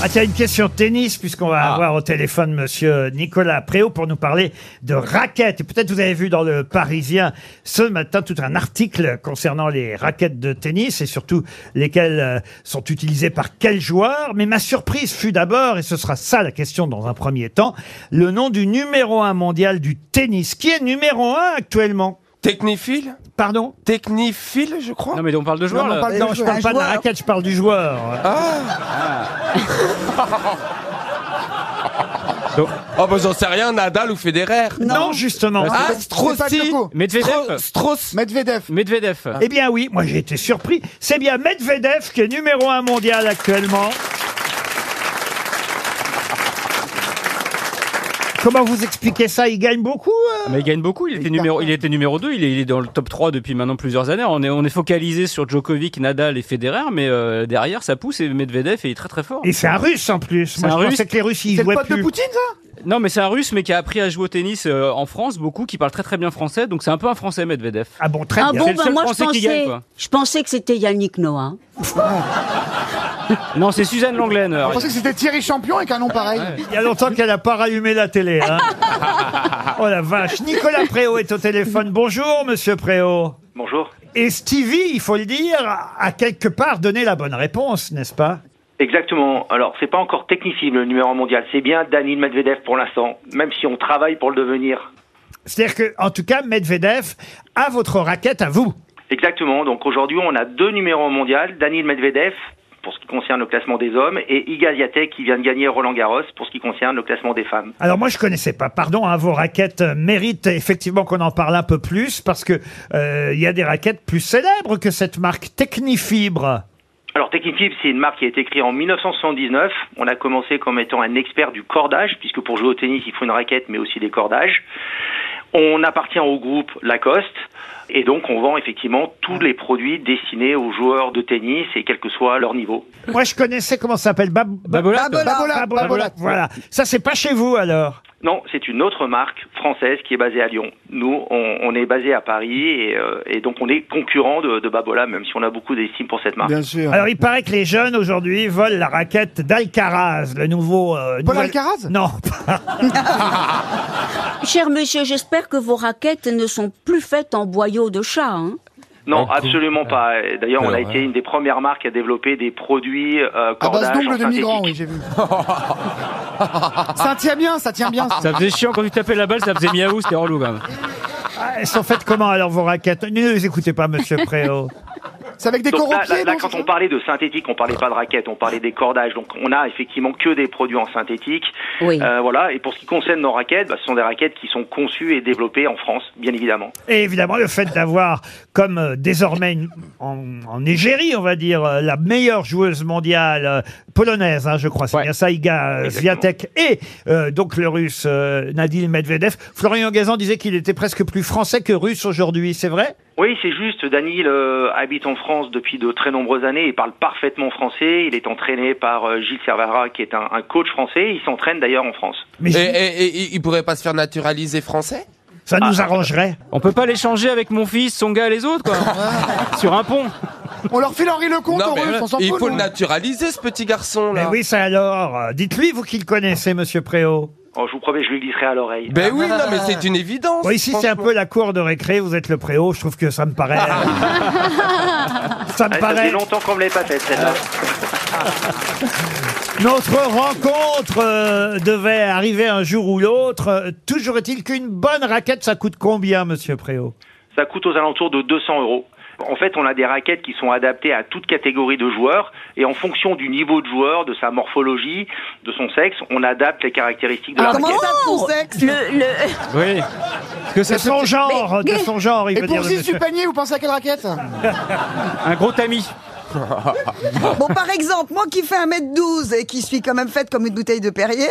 Ah tiens, une question tennis, puisqu'on va avoir au téléphone monsieur Nicolas Préau pour nous parler de raquettes. Et peut-être vous avez vu dans le Parisien ce matin tout un article concernant les raquettes de tennis et surtout lesquelles euh, sont utilisées par quel joueur. Mais ma surprise fut d'abord, et ce sera ça la question dans un premier temps, le nom du numéro un mondial du tennis, qui est numéro un actuellement. Technifile Pardon Technifile, je crois Non mais on parle de joueurs Non, là. on parle- non, je parle pas de la raquette, je parle du joueur. Oh, bah j'en sais rien, Nadal ou Federer non. justement. Ah, Ah, c'est pas Strossi le coup. Medvedev Stro- Strauss Medvedev. Medvedev. Eh bien oui, moi j'ai été surpris. C'est bien Medvedev qui est numéro un mondial actuellement. Comment vous expliquez ça Il gagne beaucoup euh Mais il gagne beaucoup, il était numéro il était numéro 2, il est, il est dans le top 3 depuis maintenant plusieurs années. On est on est focalisé sur Djokovic, Nadal et Federer mais euh, derrière ça pousse et Medvedev et il est très très fort. Et c'est un russe en plus. Moi un je Russe pensais que les Russes ils C'est le jouaient pote de plus. Poutine, ça Non mais c'est un russe mais qui a appris à jouer au tennis euh, en France beaucoup qui parle très très bien français donc c'est un peu un français Medvedev. Ah bon, très Ah bien. bon, C'est le bah seul moi je Français pensais, qui gagne, quoi. je pensais que c'était Yannick Noah. Non, c'est Suzanne Langlaine. euh, Je pensais que c'était Thierry Champion avec un nom pareil. Ah, Il y a longtemps qu'elle n'a pas rallumé la télé. hein. oh la vache. Nicolas Préau est au téléphone. Bonjour Monsieur Préau. Bonjour. Et Stevie, il faut le dire, a quelque part donné la bonne réponse, n'est-ce pas Exactement. Alors, c'est pas encore technicible le numéro un mondial. C'est bien Danil Medvedev pour l'instant, même si on travaille pour le devenir. C'est-à-dire que, en tout cas, Medvedev a votre raquette à vous. Exactement. Donc aujourd'hui, on a deux numéros un mondial. Danil Medvedev pour ce qui concerne le classement des hommes et Iga Swiatek qui vient de gagner Roland Garros pour ce qui concerne le classement des femmes. Alors moi je connaissais pas, pardon, hein, vos raquettes euh, méritent effectivement qu'on en parle un peu plus parce que euh, il y a des raquettes plus célèbres que cette marque Technifibre. Alors Technifibre, c'est une marque qui a été créée en 1979. On a commencé comme étant un expert du cordage, puisque pour jouer au tennis, il faut une raquette, mais aussi des cordages. On appartient au groupe Lacoste, et donc on vend effectivement tous les produits destinés aux joueurs de tennis, et quel que soit leur niveau. Moi je connaissais comment ça s'appelle Bab- Babolat Babolat, Babolat. Babolat. Voilà, ça c'est pas chez vous alors. Non, c'est une autre marque française qui est basée à Lyon. Nous, on, on est basé à Paris, et, euh, et donc on est concurrent de, de Babola, même si on a beaucoup d'estime pour cette marque. sûr. Alors il paraît que les jeunes aujourd'hui volent la raquette d'Alcaraz, le nouveau. euh, Paul nouvel- Alcaraz Non. Cher monsieur, j'espère que vos raquettes ne sont plus faites en boyaux de chat. hein. Non, absolument pas. Et D'ailleurs, on a Alors, été une des premières marques à développer des produits euh, À hein. Ah, base cordages en d'ongles de synthétique. migrants, oui, j'ai vu. ça tient bien, ça tient bien. ça. Ça faisait chiant quand tu tapais la balle, ça faisait miaou, c'était relou quand même. Ah, Elles sont faites comment alors vos raquettes Ne les écoutez pas, Monsieur Préau. C'est avec des Donc là, coraux là- là, quand on parlait de synthétique, on parlait pas de raquettes, on parlait des cordages. Donc on a effectivement que des produits en synthétique. Oui. Euh, voilà. Et pour ce qui concerne nos raquettes, bah, ce sont des raquettes qui sont conçues et développées en France, bien évidemment. Et évidemment, le fait d'avoir, comme euh, désormais une- en, en Égérie, on va dire, euh, la meilleure joueuse mondiale euh, polonaise, hein, je crois, c'est Ouais. bien ça, Iga euh, Exactement. Swiatek, et euh, donc le russe euh, Nadine Medvedev. Florian Gazan disait qu'il était presque plus français que russe aujourd'hui, c'est vrai Oui, c'est juste. Daniel euh, habite en France depuis de très nombreuses années. Il parle parfaitement français. Il est entraîné par euh, Gilles Servara, qui est un, un coach français. Il s'entraîne d'ailleurs en France. Mais et, je- et- et- il pourrait pas se faire naturaliser français ça nous arrangerait. On peut pas l'échanger avec mon fils, son gars et les autres, quoi. Sur un pont. On leur file Henri Lecomte en mais russe, on s'en il fout. faut le nous. naturaliser, ce petit garçon Mais là. oui, ça alors. euh, Dites-lui, vous qui le connaissez, monsieur Préau. Oh, je vous promets, je lui glisserai à l'oreille. Ben oui, non, mais c'est une évidence. Bon, ici, c'est un franchement. peu la cour de récré, vous êtes le Préau, je trouve que ça me paraît. ça Ah, me ça paraît. fait longtemps qu'on me l'avait pas faite, celle-là. Notre rencontre euh, devait arriver un jour ou l'autre. Euh, Toujours est-il qu'une bonne raquette, ça coûte combien, monsieur Préau Ça coûte aux alentours de 200 euros. En fait, on a des raquettes qui sont adaptées à toute catégorie de joueurs et en fonction du niveau de joueur, de sa morphologie, de son sexe, on adapte les caractéristiques de la Comment raquette. le, le- Oui. De son genre, de son genre, il Et veut dire pour le 6 du monsieur. panier, vous pensez à quelle raquette Un gros tamis. Bon, par exemple, moi qui fais 1m12 et qui suis quand même faite comme une bouteille de Perrier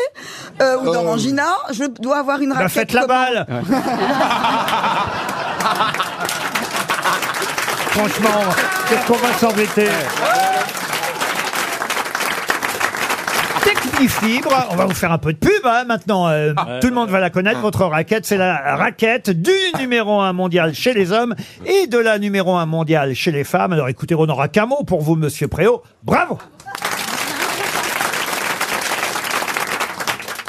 euh, ou d'Orangina, je dois avoir une Oh. Bah, raquette. faites la comment balle Franchement, qu'est-ce qu'on va s'embêter Technifibre, on va vous faire un peu de pub hein, maintenant. euh, tout le monde va la connaître. Votre raquette, c'est la raquette du numéro 1 mondial chez les hommes et de la numéro 1 mondial chez les femmes. Alors écoutez, on n'aura qu'un mot pour vous, monsieur Préau. Bravo